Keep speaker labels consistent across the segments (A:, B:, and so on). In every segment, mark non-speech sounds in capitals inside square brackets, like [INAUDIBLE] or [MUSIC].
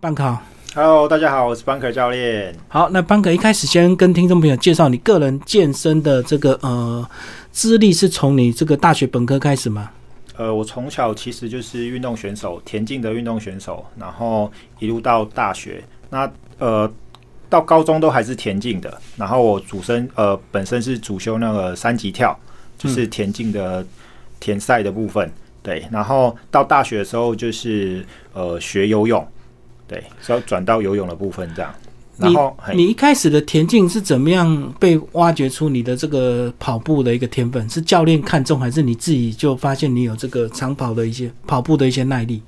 A: 班克好，
B: Hello，大家好，我是班克教练。
A: 好，那班克一开始先跟听众朋友介绍你个人健身的这个呃资历是从你这个大学本科开始吗？
B: 呃，我从小其实就是运动选手，田径的运动选手，然后一路到大学，那呃到高中都还是田径的。然后我主身呃本身是主修那个三级跳，就是田径的田赛的部分。对，然后到大学的时候就是呃学游泳，对，是要转到游泳的部分这样。然后嘿
A: 你一开始的田径是怎么样被挖掘出你的这个跑步的一个天分？是教练看中，还是你自己就发现你有这个长跑的一些跑步的一些耐力？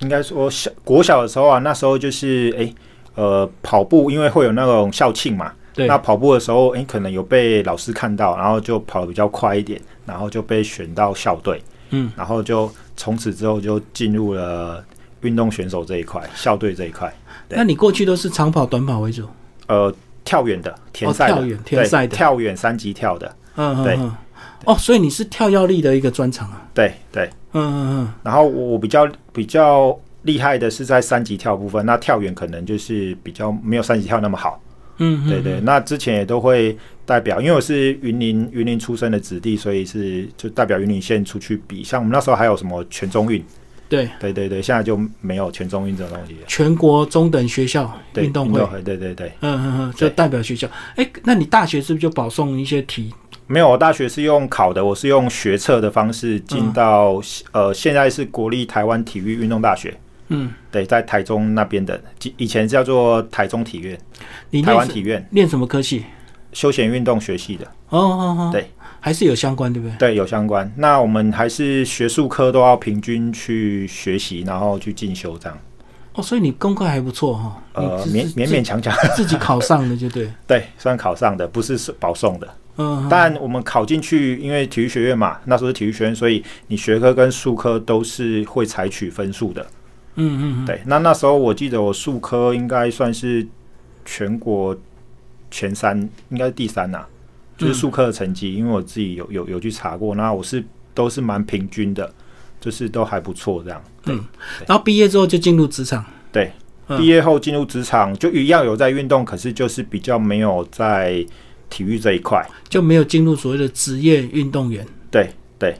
B: 应该说小国小的时候啊，那时候就是哎、诶呃跑步，因为会有那种校庆嘛，
A: 对
B: 那跑步的时候，哎、可能有被老师看到，然后就跑得比较快一点，然后就被选到校队，
A: 嗯，
B: 然后就从此之后就进入了运动选手这一块，校队这一块，对
A: 那你过去都是长跑、短跑为主？
B: 呃，跳远的田赛的、
A: 哦跳远田赛的
B: 对跳远三级跳的，
A: 嗯嗯
B: 对
A: 嗯。哦，所以你是跳跃力的一个专长啊？
B: 对对。
A: 嗯嗯嗯。
B: 然后我我比较比较厉害的是在三级跳部分，那跳远可能就是比较没有三级跳那么好。
A: 嗯，嗯
B: 对对，，那之前也都会代表，因为我是云林云林出生的子弟，所以是就代表云林县出去比。像我们那时候还有什么全中运，
A: 对，
B: 对对对，现在就没有全中运这种东西了。
A: 全国中等学校
B: 对，
A: 运动会，
B: 会，对对对，
A: 嗯嗯嗯，就代表学校。哎、那你大学是不是就保送一些题？
B: 没有。我大学是用考的，我是用学测的方式进到、呃，现在是国立台湾体育运动大学，
A: 嗯，
B: 对，在台中那边的，以以前叫做台中体院、
A: 你
B: 台湾
A: 练
B: 体
A: 什
B: 院
A: 练什么科系？
B: 休闲运动学系的。
A: 哦哦哦，
B: 对，
A: 还是有相关，对不对？
B: 对，有相关。那我们还是学术科都要平均去学习，然后去进修这样。
A: 哦，所以你功课还不错哈、
B: 呃，
A: 你
B: 勉
A: 自
B: 勉勉强 [LAUGHS] 强，
A: 自自己考上的就对，
B: [LAUGHS] 对，算考上的，不是是保送的。
A: 嗯，嗯
B: 但我们考进去，因为体育学院嘛，那时候是体育学院，所以你学科跟术科都是会采取分数的。
A: 嗯嗯嗯，
B: 对，那那时候我记得我术科应该算是全国前三，应该是第三呐、
A: 嗯
B: 就是术科的成绩，因为我自己有有有去查过，那我是都是蛮平均的，就是都还不错这样。
A: 然后毕业之后就进入职场，嗯
B: 毕业后进入职场，就一样有在运动，可是就是比较没有在体育这一块。
A: 就没有进入所谓的职业运动员。
B: 对对，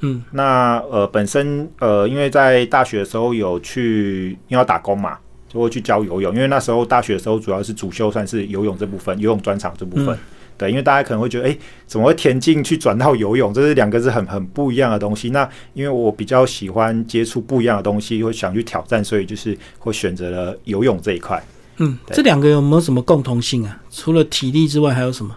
A: 嗯
B: 那呃，本身呃，因为在大学的时候有去，因为要打工嘛，就会去教游泳。因为那时候大学的时候主要是主修算是游泳这部分，游泳专场这部分。
A: 嗯
B: 对，因为大家可能会觉得，哎、怎么会田径去转到游泳？这是两个是很很不一样的东西。那因为我比较喜欢接触不一样的东西，会想去挑战，所以就是会选择了游泳这一块。
A: 嗯，
B: 对
A: 这两个有没有什么共同性啊？除了体力之外，还有什么？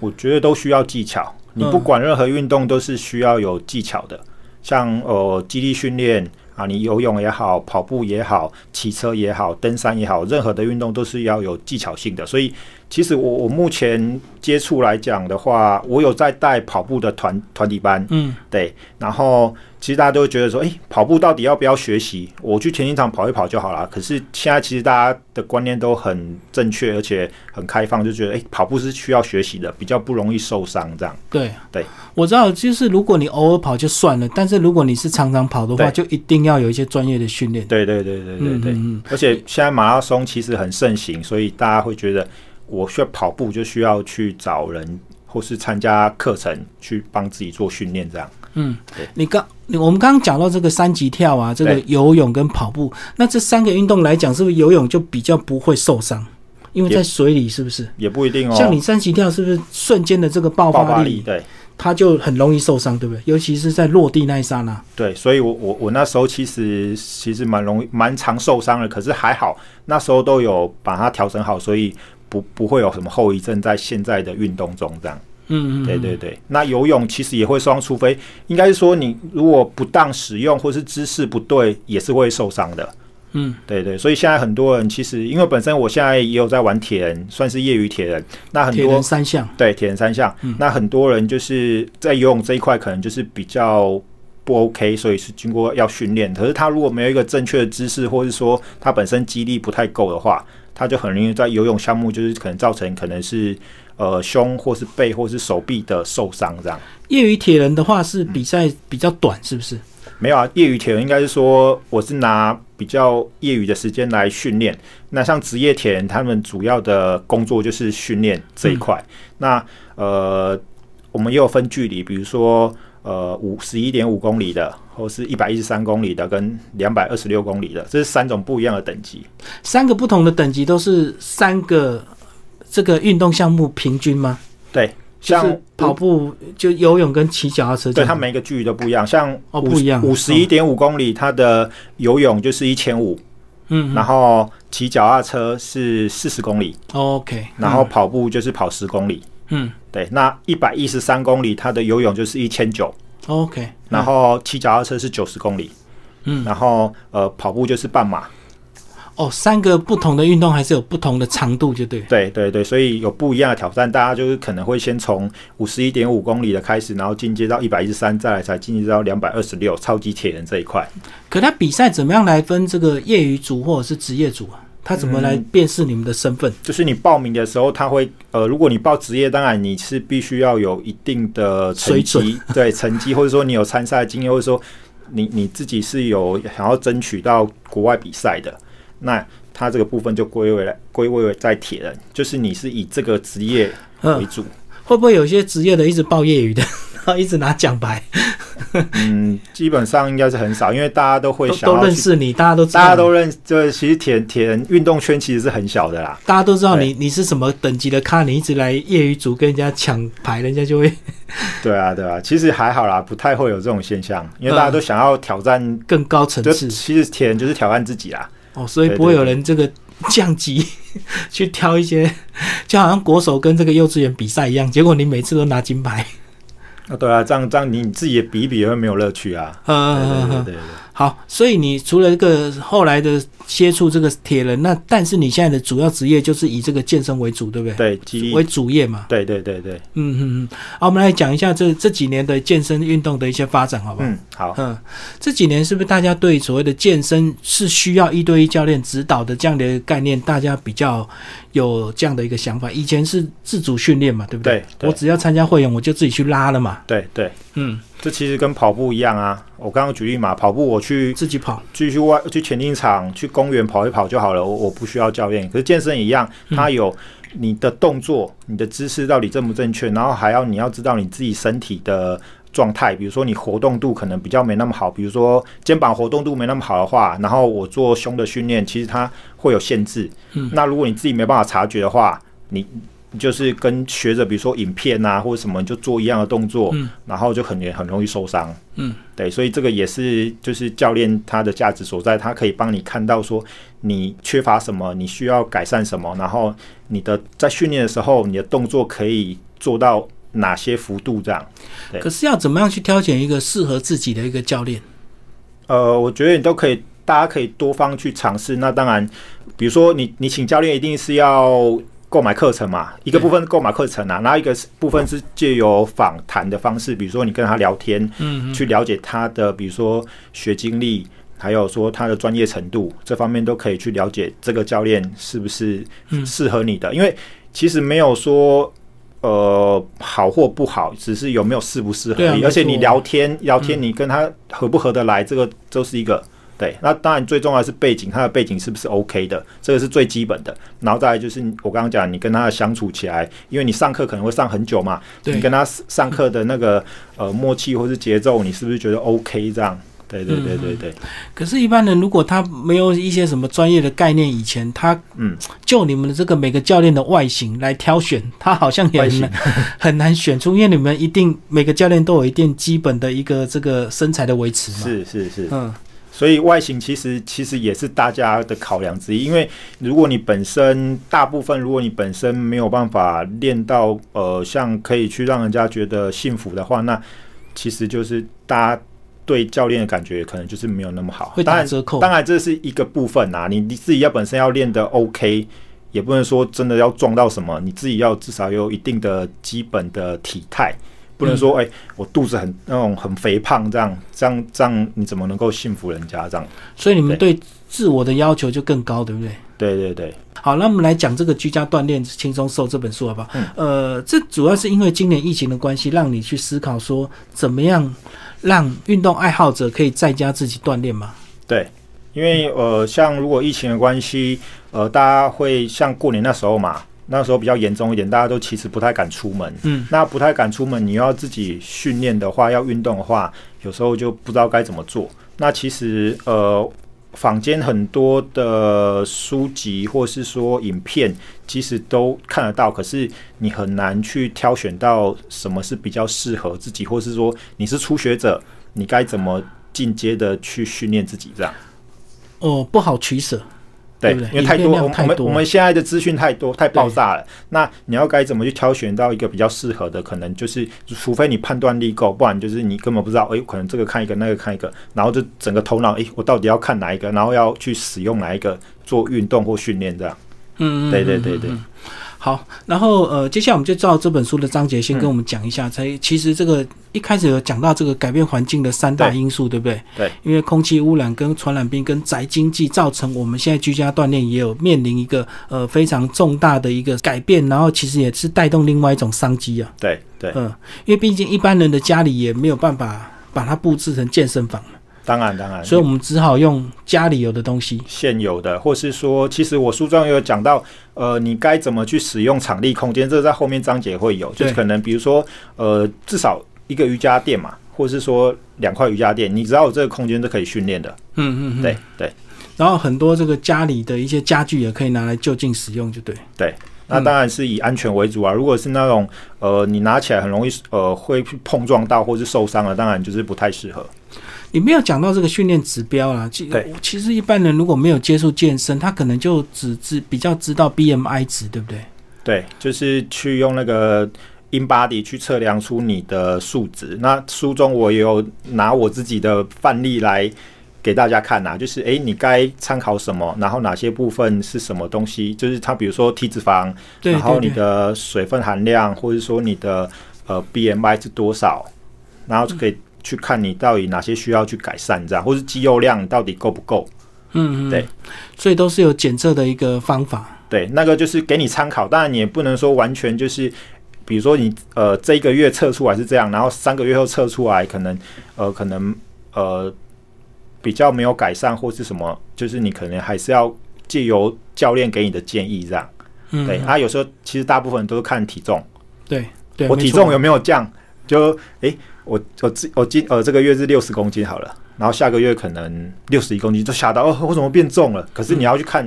B: 我觉得都需要技巧。你不
A: 嗯
B: 管任何运动都是需要有技巧的，像呃肌力训练啊，你游泳也好，跑步也好，骑车也好，登山也好，任何的运动都是要有技巧性的。所以其实我我目前接触来讲的话，我有在带跑步的团团体班，
A: 嗯
B: 对，然后其实大家都会觉得说，诶，跑步到底要不要学习？我去田径场跑一跑就好啦。可是现在其实大家的观念都很正确，而且很开放，就觉得诶，跑步是需要学习的，比较不容易受伤这样。
A: 对
B: 对，
A: 我知道，就是如果你偶尔跑就算了，但是如果你是常常跑的话，就一定要有一些专业的训练。
B: 对对对对对对。
A: 嗯嗯
B: 而且现在马拉松其实很盛行，所以大家会觉得我需要跑步就需要去找人或是参加课程去帮自己做训练这样。
A: 嗯
B: 对，
A: 你刚你我们刚刚讲到这个三级跳啊，这个
B: 对
A: 游泳跟跑步，那这三个运动来讲，是不是游泳就比较不会受伤？因为在水里是不是？
B: 也不一定哦。
A: 像你三级跳是不是瞬间的这个爆
B: 爆发
A: 发
B: 力，对。
A: 它就很容易受伤，对不对？尤其是在落地那一刹那。
B: 对，所以我我我那时候其实其实蛮容易蛮常受伤的，可是还好那时候都有把它调整好，所以不不会有什么后遗症在现在的运动中这样。
A: 嗯嗯，
B: 对对对，那游泳其实也会受伤，除非应该是说你如果不当使用或是姿势不对，也是会受伤的。
A: 嗯，
B: 对对，所以现在很多人其实因为本身我现在也有在玩铁人，算是业余铁人，那很
A: 铁
B: 多
A: 人三项。
B: 对，铁人三项。那很多人就是在游泳这一块，可能就是比较不 OK，所以是经过要训练。可是他如果没有一个正确的姿势，或是说他本身肌力不太够的话，他就很容易在游泳项目就是可能造成可能是呃胸或是背或是手臂的受伤这样。
A: 业余铁人的话是比赛比较短，是不是？
B: 没有啊，业余铁人应该是说我是拿比较业余的时间来训练。那像职业铁人，他们主要的工作就是训练这一块。
A: 嗯
B: 那呃，我们也有分距离，比如说呃五十一点五公里的，或是一百一十三公里的，跟两百二十六公里的，这是三种不一样的等级。
A: 三个不同的等级都是三个这个运动项目平均吗？
B: 对，
A: 就
B: 像
A: 是跑步、就游泳跟骑脚踏车这
B: 对
A: 样。
B: 它每一个距离都不一样，像
A: 哦不一样
B: 五十一点五公里，它的游泳就是一千五，
A: 嗯
B: 然后骑脚踏车是四十公里，
A: ，OK，
B: 然后跑步就是跑十公里。
A: 嗯
B: 对，那一百一十三公里，它的游泳就是一千九，
A: ，OK，
B: 然后骑脚踏车是九十公里，
A: 嗯，
B: 然后呃跑步就是半马。
A: 哦，三个不同的运动还是有不同的长度，就对。
B: 对对对，所以有不一样的挑战，大家就是可能会先从五十一点五公里的开始，然后进阶到一百一十三，再来才进阶到两百二十六超级铁人这一块。
A: 可他比赛怎么样来分这个业余组或者是职业组啊？他怎么来辨识你们的身份？
B: 就是你报名的时候，他会呃，如果你报职业，当然你是必须要有一定的成
A: 水
B: 绩，对成绩，或者说你有参赛的经验，或者说你你自己是有想要争取到国外比赛的，那他这个部分就归为了归为为在铁人，就是你是以这个职业为
A: 嗯，
B: 主。
A: 会不会有些职业的一直报业余的， [LAUGHS] 然后一直拿奖牌，
B: 嗯，基本上应该是很少，因为大家都会
A: 都
B: 想
A: 都
B: 要
A: 认
B: 去，
A: 识你，大家都知道
B: 大
A: 你，
B: 家都认，就是其实铁铁人运动圈其实是很小的啦。
A: 大家都知道你你是什么等级的咖，你一直来业余组跟人家抢牌，人家就会
B: 对啊，对啊，其实还好啦，不太会有这种现象，因为大家
A: 嗯
B: 都想要挑战
A: 更高层
B: 就
A: 次
B: 其实铁人就是挑战自己啦，
A: 哦，所以不会有人这个降级 [LAUGHS] 去挑一些，就好像国手跟这个幼稚园比赛一样，结果你每次都拿金牌。哦
B: 啊，对啊，这样这样你自己也比一比也会没有乐趣啊。对对对
A: 呃，
B: 对对，
A: 好，所以你除了这个后来的接触这个铁人，那但是你现在的主要职业就是以这个健身为主，对不对？
B: 对激
A: 为
B: 励，
A: 主业嘛，
B: 对对对对，
A: 嗯嗯嗯。嗯好，我们来讲一下这这几年的健身运动的一些发展，好不好？
B: 嗯，好，
A: 嗯，这几年是不是大家对所谓的健身是需要一对一教练指导的这样的一个概念，大家比较有这样的一个想法？以前是自主训练嘛，对不对？
B: 对对
A: 我只要参加会员，我就自己去拉了嘛。
B: 对对，
A: 嗯，
B: 这其实跟跑步一样啊。我刚刚举例嘛，跑步我去
A: 自己跑。
B: 去去外去田径场、去公园跑一跑就好了，我我不需要教练。可是健身也一样，
A: 嗯
B: 它有你的动作、你的姿势到底正不正确，然后还要你要知道你自己身体的。状态，比如说你活动度可能比较没那么好，比如说肩膀活动度没那么好的话，然后我做胸的训练，其实它会有限制。
A: 嗯
B: 那如果你自己没办法察觉的话，你你就是跟学着比如说影片啊或者什么，你就做一样的动作，
A: 嗯
B: 然后就很很容易受伤。
A: 嗯，
B: 对，所以这个也是就是教练他的价值所在，他可以帮你看到说你缺乏什么，你需要改善什么，然后你的在训练的时候，你的动作可以做到哪些幅度这样。对
A: 可是要怎么样去挑选一个适合自己的一个教练？
B: 呃，我觉得你都可以，大家可以多方去尝试。那当然，比如说你你请教练一定是要。购买课程嘛，一个
A: 对
B: 部分是购买课程啊，然后一个是部分是借由访谈的方式，比如说你跟他聊天，
A: 嗯
B: 去了解他的，比如说学经历，还有说他的专业程度，这方面都可以去了解这个教练是不是
A: 嗯
B: 适合你的。因为其实没有说呃好或不好，只是有没有适不适合
A: 对啊
B: 而已。
A: 没
B: 而且你
A: 错
B: 聊天聊天，你跟他合不合得来，这个都是一个。对，那当然最重要的是背景，他的背景是不是 OK 的，这个是最基本的。然后再来就是我刚刚讲，你跟他相处起来，因为你上课可能会上很久嘛，
A: 对
B: 你跟他上课的那个呃默契或是节奏，你是不是觉得 OK 这样？对
A: 嗯
B: 对对对对，
A: 可是，一般人如果他没有一些什么专业的概念，以前他
B: 嗯，
A: 就你们的这个每个教练的外形来挑选，他好像也
B: 外
A: 很
B: 形
A: 难 [LAUGHS] 很难选出，因为你们一定每个教练都有一定基本的一个这个身材的维持嘛。，
B: 是是是。
A: 嗯，
B: 所以外形其实其实也是大家的考量之一，因为如果你本身大部分，如果你本身没有办法练到呃像可以去让人家觉得幸福的话，那其实就是大家对教练的感觉可能就是没有那么好。
A: 会
B: 当
A: 打
B: 然
A: 折扣。
B: 当然这是一个部分啊，你你自己要本身要练的 OK，也不能说真的要撞到什么，你自己要至少有一定的基本的体态，不能说哎、我肚子很那种很肥胖这样，这样这样你怎么能够幸福人家这样？
A: 所以你们对自我的要求就更高，对不对？
B: 对对对，
A: 好，那我们来讲这个居家锻炼轻松瘦这本书好不好？
B: 嗯
A: 呃，这主要是因为今年疫情的关系，让你去思考说怎么样让运动爱好者可以在家自己锻炼嘛。
B: 对，因为呃，像如果疫情的关系，呃，大家会像过年那时候嘛，那时候比较严重一点，大家都其实不太敢出门。
A: 嗯，
B: 那不太敢出门，你要自己训练的话，要运动的话，有时候就不知道该怎么做。那其实呃，坊间很多的书籍或是说影片，其实都看得到，可是你很难去挑选到什么是比较适合自己，或是说你是初学者，你该怎么进阶的去训练自己这样。
A: 哦，不好取舍。
B: 对，
A: 对不对
B: 因为太
A: 影片
B: 多，
A: 量
B: 我们
A: 太
B: 我们
A: 多
B: 我们现在的资讯太多，太爆炸了。那你要该怎么去挑选到一个比较适合的？可能就是，除非你判断力够，不然就是你根本不知道，哎，可能这个看一个，那个看一个，然后就整个头脑，哎，我到底要看哪一个？然后要去使用哪一个做运动或训练这样。
A: 嗯，嗯
B: 对对对。对
A: 嗯嗯嗯好，然后呃，接下来我们就照这本书的章节，先跟我们讲一下。才、其实这个一开始有讲到这个改变环境的三大
B: 对
A: 因素，对不对？
B: 对。
A: 因为空气污染、跟传染病、跟宅经济，造成我们现在居家锻炼也有面临一个呃非常重大的一个改变，然后其实也是带动另外一种商机啊。
B: 对对，
A: 嗯、因为毕竟一般人的家里也没有办法把它布置成健身房，
B: 当然当然。
A: 所以我们只好用家里有的东西。
B: 现有的，或是说，其实我书中也有讲到，呃，你该怎么去使用场地空间，这在后面章节会有，就
A: 对
B: 是可能比如说，呃，至少一个瑜伽垫嘛，或是说两块瑜伽垫，你只要有这个空间是可以训练的，
A: 嗯嗯嗯。
B: 对对。
A: 然后很多这个家里的一些家具也可以拿来就近使用，就对。
B: 那当然是以安全为主啊。如果是那种呃，你拿起来很容易呃会去碰撞到或是受伤了，当然就是不太适合。
A: 你没有讲到这个训练指标啦，其
B: 对
A: 其实一般人如果没有接触健身，他可能就只知比较知道 BMI 值，对不对？
B: 对，就是去用那个 InBody 去测量出你的数值。那书中我也有拿我自己的范例来给大家看啊，就是诶，你该参考什么，然后哪些部分是什么东西，就是它比如说体脂肪，
A: 对
B: 然后你
A: 对对。
B: 的水分含量，或者说你的呃 BMI 是多少，然后就可以去看你到底哪些需要去改善，这样，或是肌肉量到底够不够。
A: 嗯嗯。
B: 对。
A: 所以都是有检测的一个方法。
B: 对，那个就是给你参考，当然你也不能说完全就是，比如说你呃这一个月测出来是这样，然后三个月后测出来可能呃可能呃比较没有改善或是什么，就是你可能还是要借由教练给你的建议这样。
A: 嗯。
B: 对，啊有时候其实大部分都是看体重，
A: 对对。
B: 我
A: 没
B: 哦体
A: 错
B: 重有没有降，就诶、我我这我今呃这个月是六十公斤好了，然后下个月可能六十一公斤，就吓到哦，我怎么变重了？可是
A: 嗯
B: 你要去看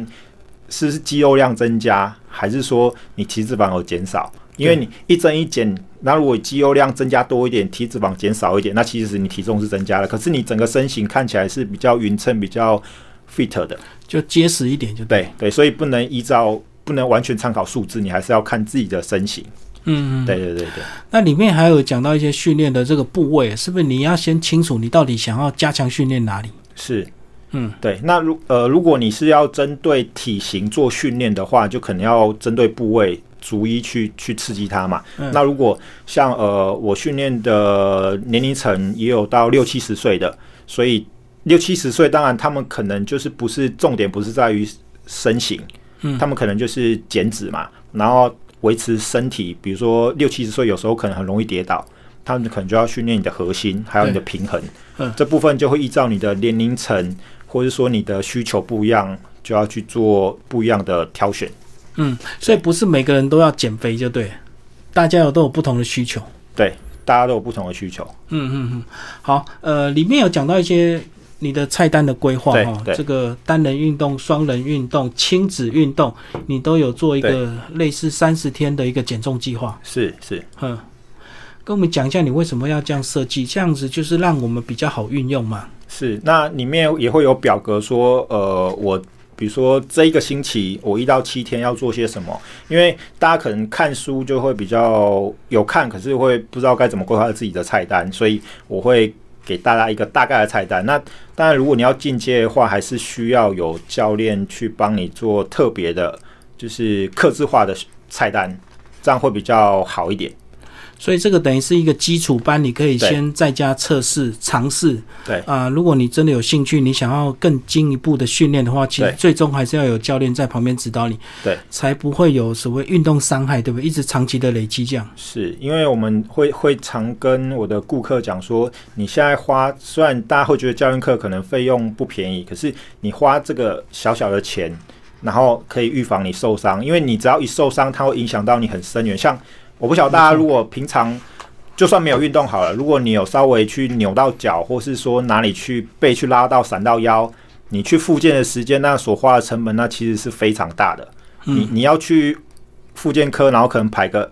B: 是不是肌肉量增加，还是说你体脂肪有减少？因为
A: 对
B: 你一增一减，那如果肌肉量增加多一点，体脂肪减少一点，那其实你体重是增加了，可是你整个身形看起来是比较匀称、比较 fit 的。
A: 就结实一点就
B: 对对，所以不能依照不能完全参考数字，你还是要看自己的身形。
A: 嗯嗯。
B: 对对对对。
A: 那里面还有讲到一些训练的这个部位，是不是你要先清楚你到底想要加强训练哪里？
B: 是，
A: 嗯，
B: 对。那如呃，如果你是要针对体型做训练的话，就可能要针对部位逐一去去刺激它嘛。
A: 嗯
B: 那如果像呃，我训练的年龄层也有到六七十岁的，所以六七十岁，当然他们可能就是不是重点，不是在于身形，
A: 嗯
B: 他们可能就是减脂嘛，然后维持身体，比如说六七十岁有时候可能很容易跌倒。他们可能就要训练你的核心，还有你的平衡。
A: 嗯
B: 这部分就会依照你的年龄层，或者说你的需求不一样，就要去做不一样的挑选。
A: 嗯，所以不是每个人都要减肥就对了，大家有都有不同的需求。
B: 大家都有不同的需求。
A: 嗯嗯嗯，好，呃，里面有讲到一些你的菜单的规划
B: 对
A: 哈，
B: 对
A: 这个单人运动、双人运动、亲子运动，你都有做一个类似三十天的一个减重计划。
B: 是是，
A: 嗯，跟我们讲一下你为什么要这样设计，这样子就是让我们比较好运用嘛。
B: 是，那里面也会有表格说，呃，我比如说这一个星期我一到七天要做些什么，因为大家可能看书就会比较有看，可是会不知道该怎么规划自己的菜单，所以我会给大家一个大概的菜单。那当然，如果你要进阶的话，还是需要有教练去帮你做特别的，就是客制化的菜单，这样会比较好一点。
A: 所以这个等于是一个基础班，你可以先在家测试尝试。
B: 对
A: 啊、如果你真的有兴趣，你想要更进一步的训练的话，其实
B: 对
A: 最终还是要有教练在旁边指导你，
B: 对，
A: 才不会有所谓运动伤害，对不对？一直长期的累积这样。
B: 是因为我们会会常跟我的顾客讲说，你现在花虽然大家会觉得教练课可能费用不便宜，可是你花这个小小的钱，然后可以预防你受伤，因为你只要一受伤，它会影响到你很深远。像我不晓得大家如果平常就算没有运动好了，如果你有稍微去扭到脚，或是说哪里去被去拉到、闪到腰，你去复健的时间，那所花的成本，那其实是非常大的。
A: 嗯
B: 你你要去复健科，然后可能排个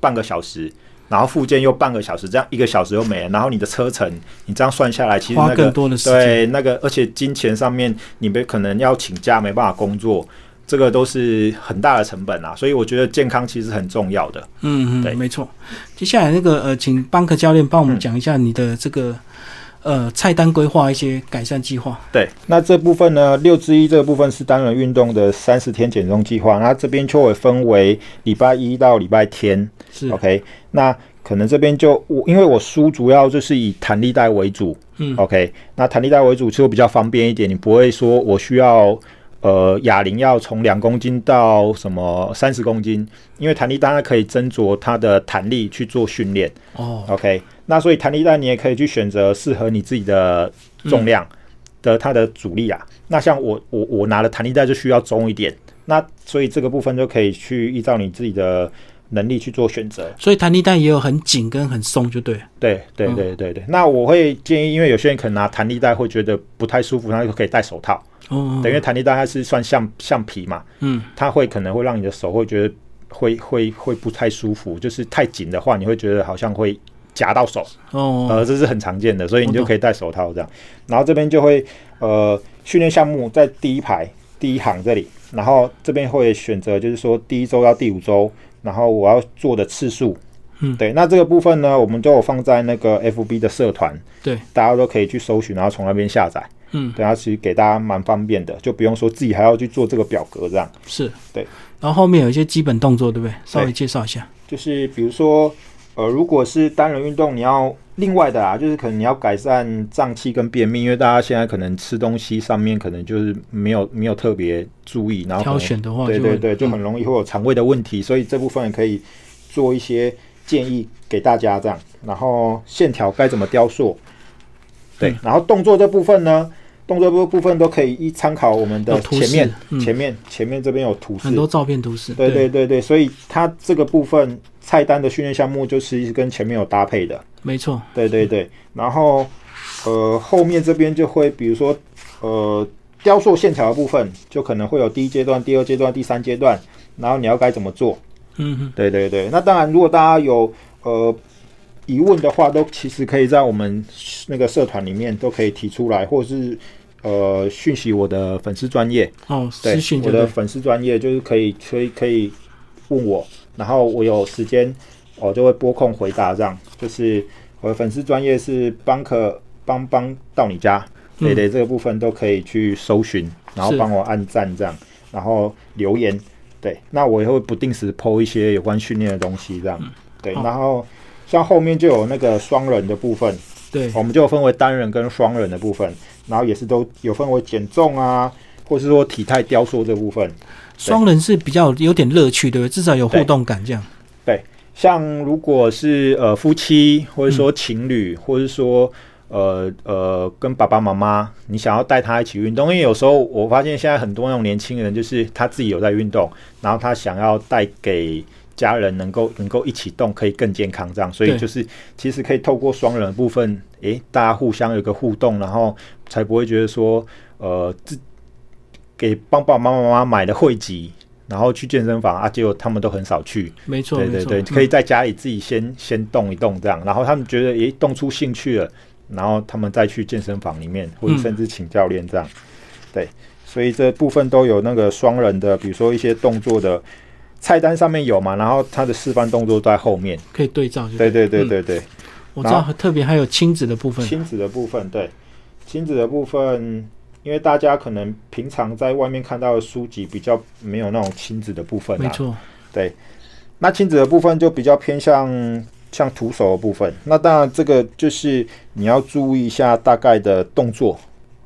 B: 半个小时，然后复健又半个小时，这样一个小时又没了，然后你的车程，你这样算下来，其实
A: 花
B: 那个
A: 更多的时间。
B: 对那个，而且金钱上面，你们可能要请假，没办法工作，这个都是很大的成本啊。所以我觉得健康其实很重要的。
A: 嗯
B: 对
A: 嗯，没错。接下来那个呃，请邦克教练帮我们讲一下你的这个、
B: 嗯
A: 呃菜单规划一些改善计划。
B: 对，那这部分呢，六之一这个部分是单人运动的三十天减重计划，那这边就会分为礼拜一到礼拜天。
A: 是
B: OK，那可能这边就我，因为我书主要就是以弹力带为主，
A: 嗯
B: ，OK，那弹力带为主就比较方便一点，你不会说我需要呃哑铃要从两公斤到什么三十公斤，因为弹力带它可以斟酌它的弹力去做训练
A: 哦，
B: ，OK，那所以弹力带你也可以去选择适合你自己的重量
A: 嗯
B: 的它的阻力啊，那像我我我拿的弹力带就需要重一点，那所以这个部分就可以去依照你自己的能力去做选择。
A: 所以弹力带也有很紧跟很松，就对了。
B: 对对
A: 嗯
B: 对对对，那我会建议，因为有些人可能拿弹力带会觉得不太舒服，那就可以戴手套。
A: 哦，
B: 等于弹力带它是算橡橡皮嘛，
A: 嗯，
B: 它会可能会让你的手会觉得会会会不太舒服，就是太紧的话，你会觉得好像会夹到手，
A: 哦，
B: 呃，这是很常见的，所以你
A: 我
B: 就
A: 懂
B: 可以戴手套这样。然后这边就会呃训练项目在第一排第一行这里，然后这边会选择就是说第一周到第五周，然后我要做的次数。
A: 嗯
B: 对，那这个部分呢，我们都有放在那个 FB 的社团，
A: 对，
B: 大家都可以去搜寻，然后从那边下载。
A: 嗯，
B: 对，它其实给大家蛮方便的，就不用说自己还要去做这个表格这样。
A: 是，
B: 对。
A: 然后后面有一些基本动作，对不对？稍微介绍一下。
B: 就是比如说，呃，如果是单人运动，你要另外的啊，就是可能你要改善胀气跟便秘，因为大家现在可能吃东西上面可能就是没有没有特别注意，然后可
A: 挑
B: 能
A: 选的话就
B: 对
A: 会，
B: 对对，就
A: 嗯
B: 很容易会有肠胃的问题，所以这部分也可以做一些建议给大家这样。然后线条该怎么雕塑？对
A: 嗯，
B: 然后动作这部分呢，动作部部分都可以一参考我们的
A: 有图示
B: 前面
A: 嗯
B: 前面前面这边有图示，
A: 很多照片图示。
B: 对对对对，所以它这个部分菜单的训练项目就是跟前面有搭配的，
A: 没错。
B: 对对对。然后呃后面这边就会比如说呃雕塑线条的部分，就可能会有第一阶段、第二阶段、第三阶段，然后你要该怎么做？
A: 嗯哼，
B: 对对对。那当然，如果大家有呃疑问的话，都其实可以在我们那个社团里面都可以提出来，或者是呃讯息我的粉丝专业。
A: 哦，
B: 对
A: 私讯就
B: 我
A: 对
B: 的。粉丝专业就是可以可以可以问我，然后我有时间我就会拨空回答这样。就是我的粉丝专业是邦克邦邦到你家，
A: 嗯
B: 对对，这个部分都可以去搜寻，然后
A: 是
B: 帮我按赞这样，然后留言。对，那我也会不定时 PO 一些有关训练的东西这样。对，
A: 好
B: 然后像后面就有那个双人的部分，
A: 对，
B: 哦我们就分为单人跟双人的部分，然后也是都有分为减重啊，或是说体态雕塑这部分。
A: 双人是比较有点乐趣，对不对？至少有互动感这样。
B: 像如果是呃夫妻，或者说情侣，或者说呃呃跟爸爸妈妈，你想要带他一起运动，因为有时候我发现现在很多那种年轻人，就是他自己有在运动，然后他想要带给家人能够能够一起动，可以更健康这样，所以
A: 对
B: 就是其实可以透过双人的部分，诶，大家互相有个互动，然后才不会觉得说呃自给帮爸爸妈妈买的汇集。然后去健身房啊，结果他们都很少去，
A: 没错，
B: 对
A: 没
B: 对
A: 错。
B: 对，
A: 嗯
B: 可以在家里自己先先动一动这样，然后他们觉得诶动出兴趣了，然后他们再去健身房里面，或者
A: 嗯
B: 甚至请教练这样。对，所以这部分都有那个双人的，比如说一些动作的菜单上面有嘛，然后他的示范动作都在后面。
A: 可以对嗯照就。
B: 对对对对对，
A: 我知道，特别还有亲子的部分。
B: 亲子的部分，对亲子的部分。因为大家可能平常在外面看到的书籍比较没有那种亲子的部分
A: 没
B: 啊，
A: 错，
B: 那亲子的部分就比较偏向像徒手的部分，那当然这个就是你要注意一下大概的动作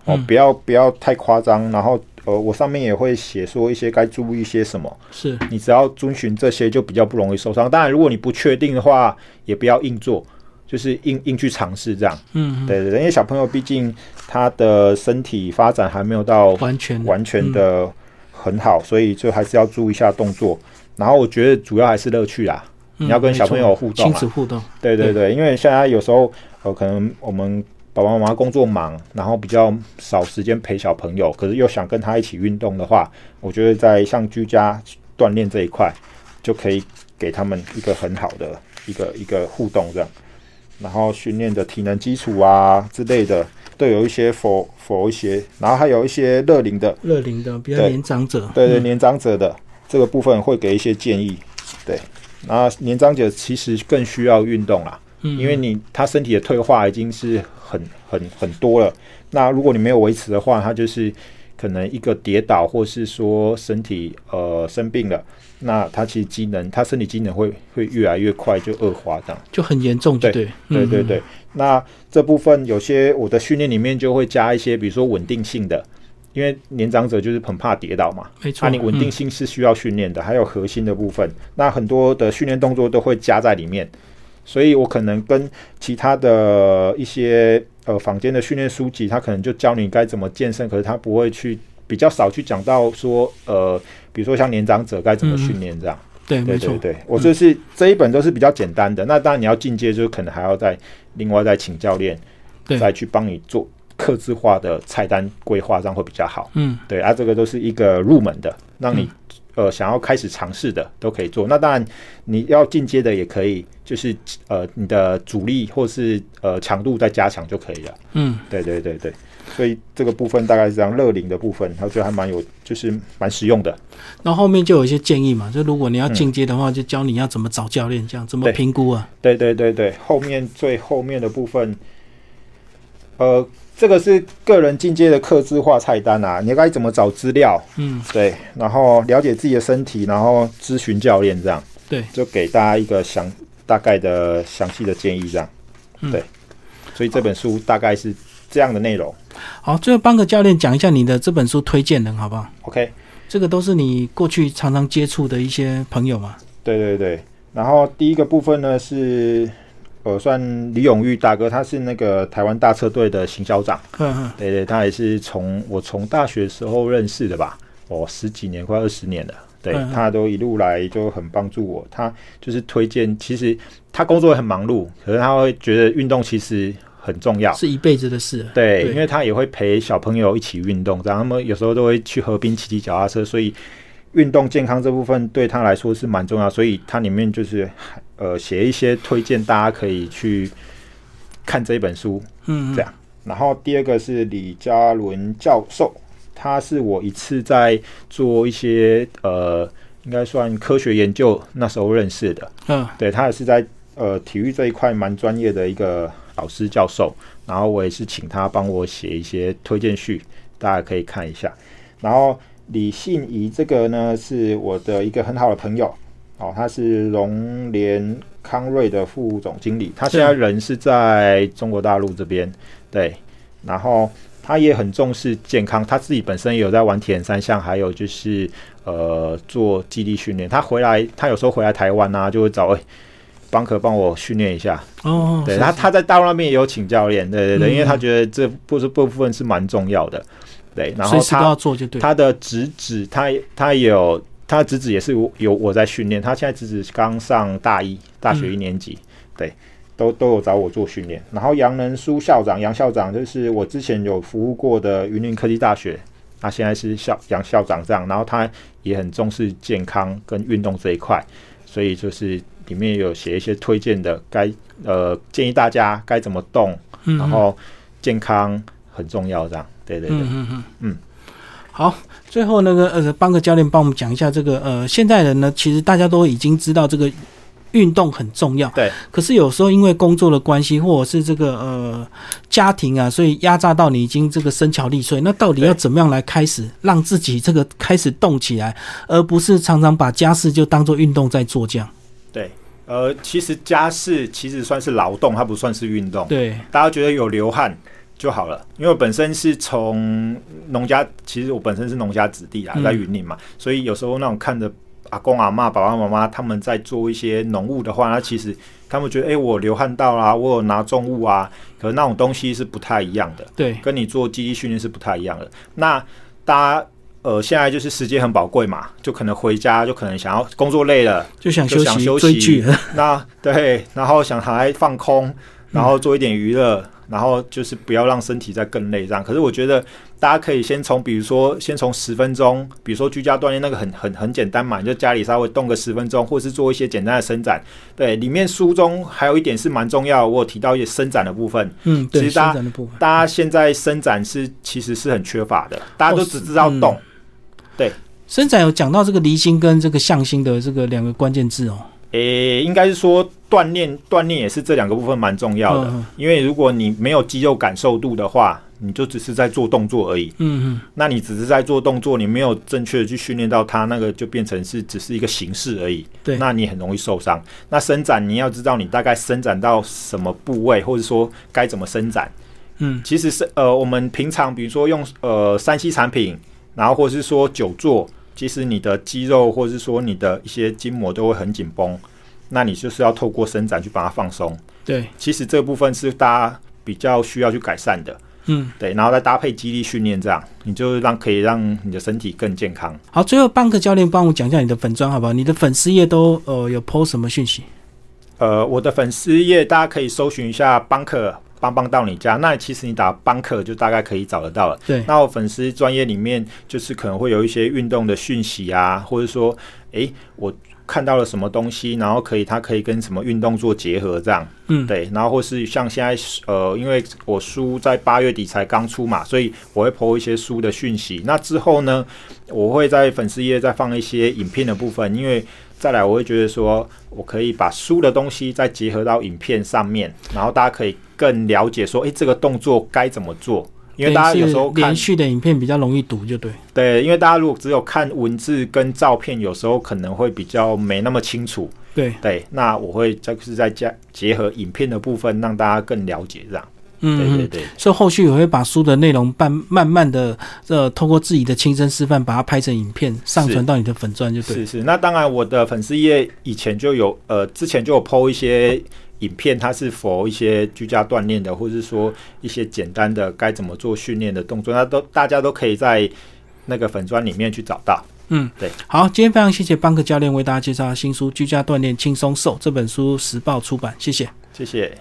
B: 哦，
A: 嗯
B: 不要不要太夸张。然后呃，我上面也会写说一些该注意一些什么，
A: 是
B: 你只要遵循这些就比较不容易受伤。当然，如果你不确定的话，也不要硬做，就是硬硬去尝试这样。
A: 嗯，
B: 对对对，因为小朋友毕竟他的身体发展还没有到
A: 完全
B: 完全的很好，所以就还是要注意一下动作。然后我觉得主要还是乐趣啦，
A: 嗯
B: 你要跟小朋友互动啊
A: 没错亲子互动，
B: 对对对，因为现在有时候呃，可能我们爸爸妈妈工作忙，然后比较少时间陪小朋友，可是又想跟他一起运动的话，我觉得在像居家锻炼这一块，就可以给他们一个很好的一个一个互动这样。然后训练的体能基础啊之类的，都有一些否否一些，然后还有一些乐龄的，
A: 乐龄的比较
B: 对
A: 年长者，
B: 对对，
A: 嗯
B: 年长者的这个部分会给一些建议，对。那年长者其实更需要运动啦，
A: 嗯
B: 因为你他身体的退化已经是很很很多了。那如果你没有维持的话，他就是可能一个跌倒，或是说身体呃生病了，那他其实机能，他身体机能会会越来越快就恶化这样。
A: 就很严重，
B: 对
A: 对
B: 对
A: 嗯
B: 对对，那这部分有些我的训练里面就会加一些，比如说稳定性的，因为年长者就是很怕跌倒嘛，
A: 嗯没错嗯
B: 啊，你稳定性是需要训练的，还有核心的部分，那很多的训练动作都会加在里面，所以我可能跟其他的一些呃坊间的训练书籍，他可能就教你该怎么健身，可是他不会去比较少去讲到说呃，比如说像年长者该怎么训练这样。
A: 对，
B: 对
A: 没
B: 对
A: 错，
B: 对，我就是这一本都是比较简单的，那当然你要进阶，就是可能还要再另外再请教练，
A: 对
B: 再去帮你做客制化的菜单规划，这样会比较好。
A: 嗯，
B: 对啊，这个都是一个入门的，让你、呃想要开始尝试的都可以做。那当然你要进阶的也可以，就是呃你的阻力或是呃强度再加强就可以了。
A: 嗯，
B: 对对对对，所以这个部分大概是这样，乐龄的部分，我觉得还蛮有，就是蛮实用的。
A: 然后后面就有一些建议嘛，就如果你要进阶的话，就教你要怎么找教练，这样怎么
B: 嗯对
A: 评估啊，
B: 对对对对，后面最后面的部分，呃，这个是个人进阶的客制化菜单啊，你该怎么找资料？
A: 嗯，
B: 对，然后了解自己的身体，然后咨询教练，这样
A: 对，
B: 就给大家一个详大概的详细的建议，这样。
A: 嗯
B: 对，所以这本书大概是这样的内容。
A: 好，最后帮个教练讲一下你的这本书推荐人好不好？
B: OK，
A: 这个都是你过去常常接触的一些朋友嘛，
B: 对对对，然后第一个部分呢是。呃，算李永玉大哥，他是那个台湾大车队的行销长。
A: 嗯嗯，
B: 对对，他也是从我从大学时候认识的吧，哦，十几年快二十年了。对
A: 嗯嗯
B: 他都一路来就很帮助我，他就是推荐。其实他工作很忙碌，可是他会觉得运动其实很重要。
A: 是一辈子的事，
B: 对，
A: 对
B: 因为他也会陪小朋友一起运动，这样他们有时候都会去河边骑骑脚踏车，所以运动健康这部分对他来说是蛮重要。所以它里面就是呃写一些推荐，大家可以去看这本书，
A: 嗯，
B: 这样然后第二个是李嘉伦教授，他是我一次在做一些呃，应该算科学研究那时候认识的。
A: 嗯，
B: 对他也是在呃体育这一块蛮专业的一个老师教授，然后我也是请他帮我写一些推荐序，大家可以看一下。然后李信怡这个呢是我的一个很好的朋友，哦，他是荣联康瑞的副总经理，他现在人是在中国大陆这边，对，然后。他也很重视健康，他自己本身也有在玩铁人三项，还有就是呃做肌力训练。他回来，他有时候回来台湾啊，就会找哎邦可帮我训练一下。
A: 哦，
B: 对
A: 是
B: 他，他在大陆那边也有请教练，对对对，
A: 嗯
B: 因为他觉得这部这部分是蛮重要的。对，然后
A: 随时都要
B: 他
A: 做就对，
B: 他的侄子，他也他也有他的侄子也是我有我在训练，他现在侄子刚上大一，大学一年级，
A: 嗯
B: 对，都都有找我做训练。然后杨仁书校长，杨校长就是我之前有服务过的云林科技大学，他现在是校杨校长这样，然后他也很重视健康跟运动这一块，所以就是里面有写一些推荐的，该呃建议大家该怎么动，
A: 嗯
B: 然后健康很重要这样，对对对，
A: 嗯嗯嗯
B: 嗯。
A: 好，最后那个呃，帮个教练帮我们讲一下这个呃，现代人呢，其实大家都已经知道这个运动很重要，
B: 对。
A: 可是有时候因为工作的关系，或者是这个呃家庭啊，所以压榨到你已经这个身强力衰。那到底要
B: 对
A: 怎么样来开始让自己这个开始动起来，而不是常常把家事就当做运动在做这样？
B: 对，呃，其实家事其实算是劳动，它不算是运动。
A: 对，
B: 大家觉得有流汗就好了，因为我本身是从农家，其实我本身是农家子弟啊，
A: 嗯
B: 在云林嘛，所以有时候那种看着阿公阿妈、爸爸妈妈他们在做一些农务的话，那其实他们觉得，哎、我流汗到啦、我有拿重物啊，可是那种东西是不太一样的。
A: 对，
B: 跟你做记忆训练是不太一样的。那大家呃，现在就是时间很宝贵嘛，就可能回家就可能想要工作累了，
A: 就想
B: 就
A: 休
B: 想
A: 息
B: 休
A: 追
B: 息
A: 剧了。
B: 那对，然后想还放空，然后做一点娱乐，然后就是不要让身体再更累这样。可是我觉得大家可以先从，比如说先从十分钟，比如说居家锻炼那个很很很简单嘛，你就家里稍微动个十分钟，或是做一些简单的伸展。对，里面书中还有一点是蛮重要的，我有提到一些伸展的部分。
A: 嗯，
B: 其
A: 对，
B: 实大
A: 伸
B: 家
A: 展的部分，
B: 大家现在伸展是其实是很缺乏的，大家都只知道动。
A: 伸展有讲到这个离心跟这个向心的这个两个关键字哦。
B: 诶、应该是说锻炼，锻炼也是这两个部分蛮重要的。
A: 嗯
B: 因为如果你没有肌肉感受度的话，你就只是在做动作而已。
A: 嗯嗯，
B: 那你只是在做动作，你没有正确的去训练到它，那个就变成是只是一个形式而已。
A: 对
B: 那你很容易受伤。那伸展，你要知道你大概伸展到什么部位，或者说该怎么伸展。
A: 嗯，
B: 其实是呃，我们平常比如说用呃三 C 产品，然后或是说久坐，其实你的肌肉或是说你的一些筋膜都会很紧绷，那你就是要透过伸展去把它放松。
A: 对，
B: 其实这部分是大家比较需要去改善的，
A: 嗯，
B: 对，然后再搭配肌力训练，这样你就让可以让你的身体更健康。
A: 好，最后半个教练帮我讲一下你的粉砖好不好？你的粉丝页都呃有 PO 什么讯息？
B: 呃，我的粉丝页大家可以搜寻一下邦克邦邦到你家，那其实你打邦克就大概可以找得到了。
A: 对，
B: 那我粉丝专业里面，就是可能会有一些运动的讯息啊，或者说，诶，我看到了什么东西，然后可以，它可以跟什么运动做结合，这样
A: 嗯，
B: 对。然后或是像现在，呃，因为我书在八月底才刚出嘛，所以我会 PO 一些书的讯息。那之后呢，我会在粉丝页再放一些影片的部分，因为。再来，我会觉得说，我可以把书的东西再结合到影片上面，然后大家可以更了解说，诶，这个动作该怎么做？因为大家有时
A: 等
B: 候
A: 于是
B: 看
A: 连续的影片比较容易读，就对。
B: 对，因为大家如果只有看文字跟照片，有时候可能会比较没那么清楚。
A: 对，
B: 对，那我会就是在加结合影片的部分，让大家更了解这样。
A: 嗯，
B: 对
A: 嗯
B: 对对，
A: 所以后续我会把书的内容慢慢慢的呃，透过自己的亲身示范，把它拍成影片，上传到你的粉钻就对了。
B: 是是。那当然，我的粉丝页以前就有，呃，之前就有 PO 一些呃影片，它是否一些居家锻炼的，或是说一些简单的该怎么做训练的动作，那都大家都可以在那个粉砖里面去找到。
A: 好，今天非常谢谢邦克教练为大家介绍新书《居家锻炼轻松瘦》这本书，时报出版，谢谢。
B: 谢谢。